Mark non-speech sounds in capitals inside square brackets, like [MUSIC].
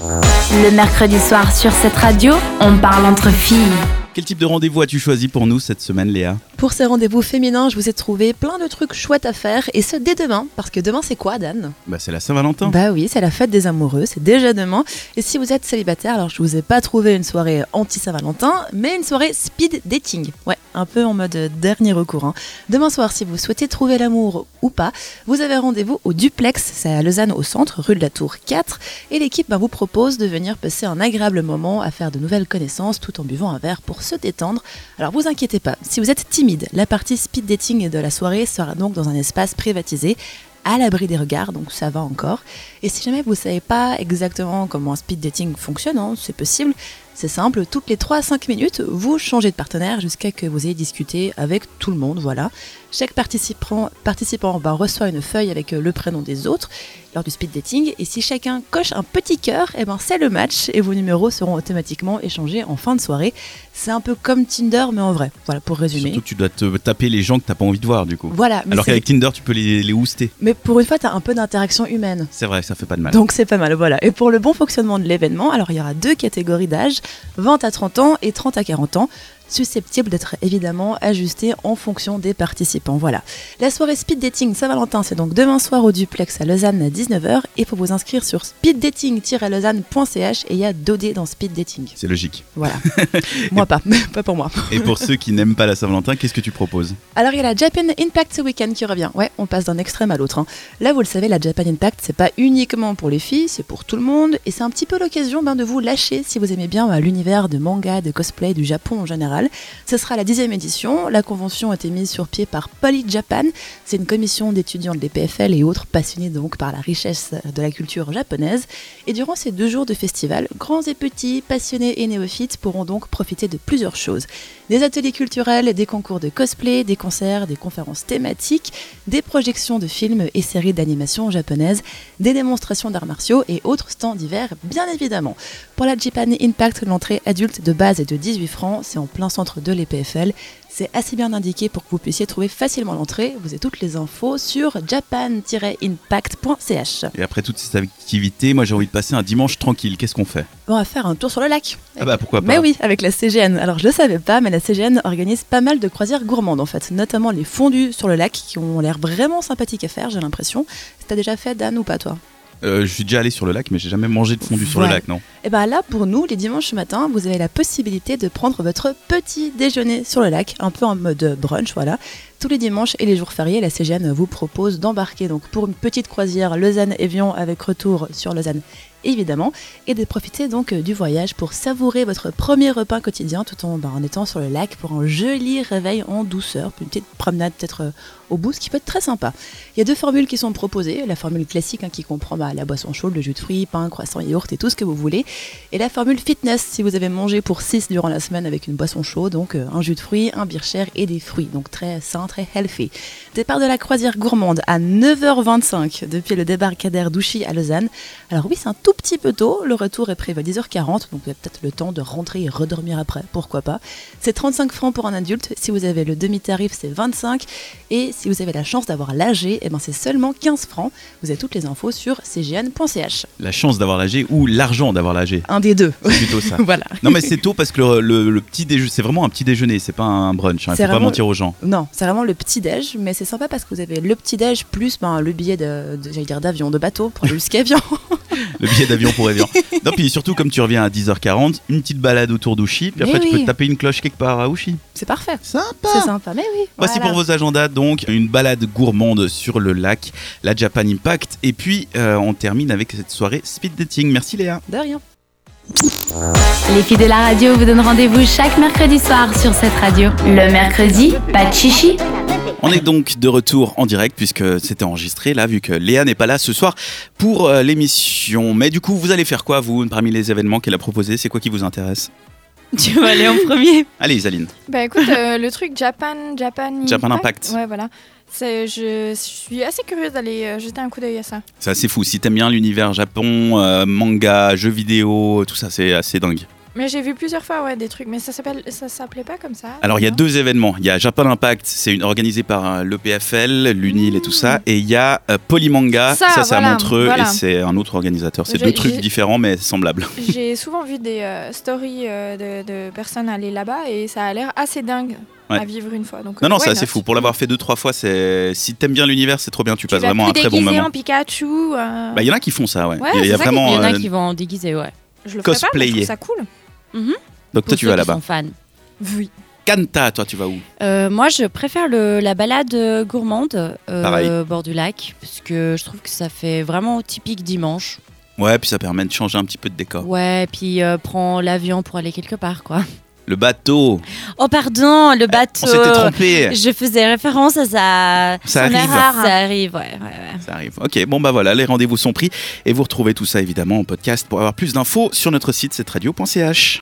Le mercredi soir sur cette radio, on parle entre filles. Quel type de rendez-vous as-tu choisi pour nous cette semaine, Léa Pour ces rendez-vous féminins, je vous ai trouvé plein de trucs chouettes à faire, et ce dès demain, parce que demain c'est quoi, Dan Bah, c'est la Saint-Valentin. Bah oui, c'est la fête des amoureux, c'est déjà demain. Et si vous êtes célibataire, alors je vous ai pas trouvé une soirée anti-Saint-Valentin, mais une soirée speed dating. Ouais, un peu en mode dernier recours. hein. Demain soir, si vous souhaitez trouver l'amour ou pas, vous avez rendez-vous au Duplex, c'est à Lausanne au centre, rue de la Tour 4, et l'équipe ben, vous propose de venir passer un agréable moment à faire de nouvelles connaissances tout en buvant un verre pour se détendre. Alors vous inquiétez pas, si vous êtes timide, la partie speed dating de la soirée sera donc dans un espace privatisé à l'abri des regards, donc ça va encore. Et si jamais vous ne savez pas exactement comment un speed dating fonctionne, hein, c'est possible, c'est simple, toutes les 3 à 5 minutes, vous changez de partenaire jusqu'à que vous ayez discuté avec tout le monde, voilà. Chaque participant, participant bah, reçoit une feuille avec euh, le prénom des autres lors du speed dating, et si chacun coche un petit cœur, eh ben, c'est le match, et vos numéros seront automatiquement échangés en fin de soirée. C'est un peu comme Tinder, mais en vrai, voilà, pour résumer. Surtout, tu dois te taper les gens que t'as pas envie de voir, du coup. Voilà, Bah, mais, Alors c'est- qu'avec Tinder, tu peux les, les ouster. mais pour une fois, tu as un peu d'interaction humaine. C'est vrai, ça fait pas de mal. Donc c'est pas mal, voilà. Et pour le bon fonctionnement de l'événement, alors il y aura deux catégories d'âge, 20 à 30 ans et 30 à 40 ans, susceptibles d'être évidemment ajustées en fonction des participants, voilà. La soirée Speed Dating Saint-Valentin, c'est donc demain soir au duplex à Lausanne à 19h et faut vous inscrire sur speeddating-lausanne.ch et il y a Dodé dans Speed Dating. C'est logique. Voilà. moi pas, [LAUGHS] pas pour moi. Et pour ceux qui n'aiment pas la Saint-Valentin, qu'est-ce que tu proposes Alors il y a la Japan Impact ce week-end qui revient. Ouais, on passe d'un extrême à l'autre. hein. Là, vous le savez, la Japan Impact, c'est pas uniquement pour les filles, c'est pour tout le monde. Et c'est un petit peu l'occasion ben, de vous lâcher si vous aimez bien ben, l'univers de manga, de cosplay, du Japon en général. Ce sera la dixième édition. La convention a été mise sur pied par Poly Japan. C'est une commission d'étudiants de l'EPFL et autres passionnés donc par la richesse euh, de la culture japonaise. Et durant ces deux jours de festival, grands et petits, passionnés et néophytes pourront donc profiter de plusieurs choses. Des ateliers culturels, des concours de cosplay, des concerts, des conférences thématiques, des projections de films et séries d'animation japonaises, des démonstrations d'arts martiaux et autres stands divers, bien évidemment. Pour la Japan Impact, l'entrée adulte de base est de 18 francs, c'est en plein centre de l'EPFL. C'est assez bien indiqué pour que vous puissiez trouver facilement l'entrée. Vous avez toutes les infos sur japan-impact.ch. Et après toutes ces activités, moi j'ai envie de passer un dimanche tranquille. Qu'est-ce qu'on fait On va faire un tour sur le lac. Ah bah pourquoi pas Mais oui, avec la CGN. Alors je le savais pas, mais la CGN organise pas mal de croisières gourmandes en fait, notamment les fondues sur le lac qui ont l'air vraiment sympathiques à faire, j'ai l'impression. T'as déjà fait Dan ou pas toi Euh, Je suis déjà allé sur le lac, mais j'ai jamais mangé de fondue sur le Voilà. lac, non Et bien Eh ben, là, pour nous, les dimanches matin, vous avez la possibilité de prendre votre petit déjeuner sur le lac, un peu en mode brunch, voilà. Tous les dimanches et les jours fériés, la CGN vous propose d'embarquer donc pour une petite croisière Lausanne-Evian avec retour sur Lausanne, évidemment, et de profiter donc euh, du voyage pour savourer votre premier repas quotidien tout en, ben, en étant sur le lac pour un joli réveil en douceur, puis une petite promenade peut-être euh, au bout, ce qui peut être très sympa. Il y a deux formules qui sont proposées. La formule classique hein, qui comprend bah, la boisson chaude, le jus de fruits, pain, croissant, yaourt et tout ce que vous voulez. Et la formule fitness si vous avez mangé pour 6 durant la semaine avec une boisson chaude, donc euh, un jus de fruits, un beer share et des fruits. Donc très sain, très healthy. Départ de la croisière gourmande à 9h25 depuis le débarcadère d'Ouchy à Lausanne. Alors oui, c'est un tout petit peu tôt. Le retour est prévu à 10h40, donc vous avez peut-être le temps de rentrer et redormir après, pourquoi pas. C'est 35 francs pour un adulte. Si vous avez le demi-tarif, c'est 25. Et si vous avez la chance d'avoir l'AG, eh ben c'est seulement 15 francs. Vous avez toutes les infos sur cgn.ch. La chance d'avoir l'âgé ou l'argent d'avoir l'âgé Un des deux. C'est plutôt [LAUGHS] ça. voilà. Non mais c'est tôt parce que le, le- le petit déjeuner, c'est vraiment un petit déjeuner, c'est pas un brunch. Hein, faut C'est pas vraiment- mentir aux gens. Non, c'est vraiment le petit-déj, mais c'est sympa parce que vous avez le petit-déj plus ben, le billet de, de- j'allais dire d'avion, de bateau pour aller jusqu'à Evian. Le billet d'avion pour [LAUGHS] Evian. non puis surtout comme tu reviens à 10h40, une petite balade autour d'Ouchy, puis Mais après Eh tu oui. peux te taper une cloche quelque part à Ouchy. [LAUGHS] C'est parfait. Sympa. C'est sympa, mais oui. Voici voilà. pour vos agendas donc une balade gourmande sur le lac, la Japan Impact, et puis euh, on termine avec cette soirée speed dating. Merci Léa. De rien. Les filles de la radio vous donnent rendez-vous chaque mercredi soir sur cette radio. Le mercredi, pas de chichi, On est donc de retour en direct puisque c'était enregistré là vu que Léa n'est pas là ce soir pour euh, l'émission. Mais du coup, vous allez faire quoi vous parmi les événements qu'elle a proposés C'est quoi qui vous intéresse Tu vas aller en premier. Allez Isaline. Bah écoute, euh, le truc Japan, Japan, Japan Impact. Ouais, voilà. C'est, je, je suis assez curieuse d'aller euh, jeter un coup d'œil à ça. C'est assez fou. Si t'aimes bien l'univers Japon, euh, manga, jeux vidéo, tout ça, c'est assez dingue. Mais j'ai vu plusieurs fois ouais, des trucs, mais ça s'appelle, ça s'appelait pas comme ça. Alors, il y a non deux événements. Il y a Japan Impact, c'est une- organisé par euh, l'EPFL, l'UNIL et tout ça. Et il y a euh, Polymanga, ça, Ça, c'est à voilà, Montreux voilà. et c'est un autre organisateur. C'est J'ai- deux trucs j'ai- différents mais semblables. J'ai souvent vu des euh, stories euh, de, de personnes aller là-bas et ça a l'air assez dingue Ouais. à vivre une fois. Donc, Non, euh, non, why c'est assez not fou. Pour l'avoir fait deux, trois fois, c'est si t'aimes bien l'univers, c'est trop bien. Tu, Tu passes vas vraiment te un très bon déguiser moment. en Pikachu. euh, Bah, il y en a qui font ça, ouais. Ouais, Il y a- il y a c'est ça qui- vraiment. Il y en a euh, qui vont en déguiser, ouais. je le ferai pas, mais je cosplayer. trouve ça cool. Donc, toi, Pour tu ceux vas qui là-bas. sont fans. Oui. Kanta, toi, tu vas où Euh, moi, je préfère le- la balade euh, gourmande euh, Pareil. au bord du lac, parce que je trouve que ça fait vraiment typique dimanche. Ouais, puis ça permet de changer un petit peu de décor. Ouais, puis euh, prends l'avion pour aller quelque part, quoi. Le bateau. Oh, pardon, le bateau. Euh, On s'était trompé. Je faisais référence à sa. Ça son arrive. erreur. Ça arrive, ouais, ouais, ouais. Ça arrive. Ok, bon bah voilà, les rendez-vous sont pris et vous retrouvez tout ça évidemment en podcast pour avoir plus d'infos sur notre site cette radio.ch.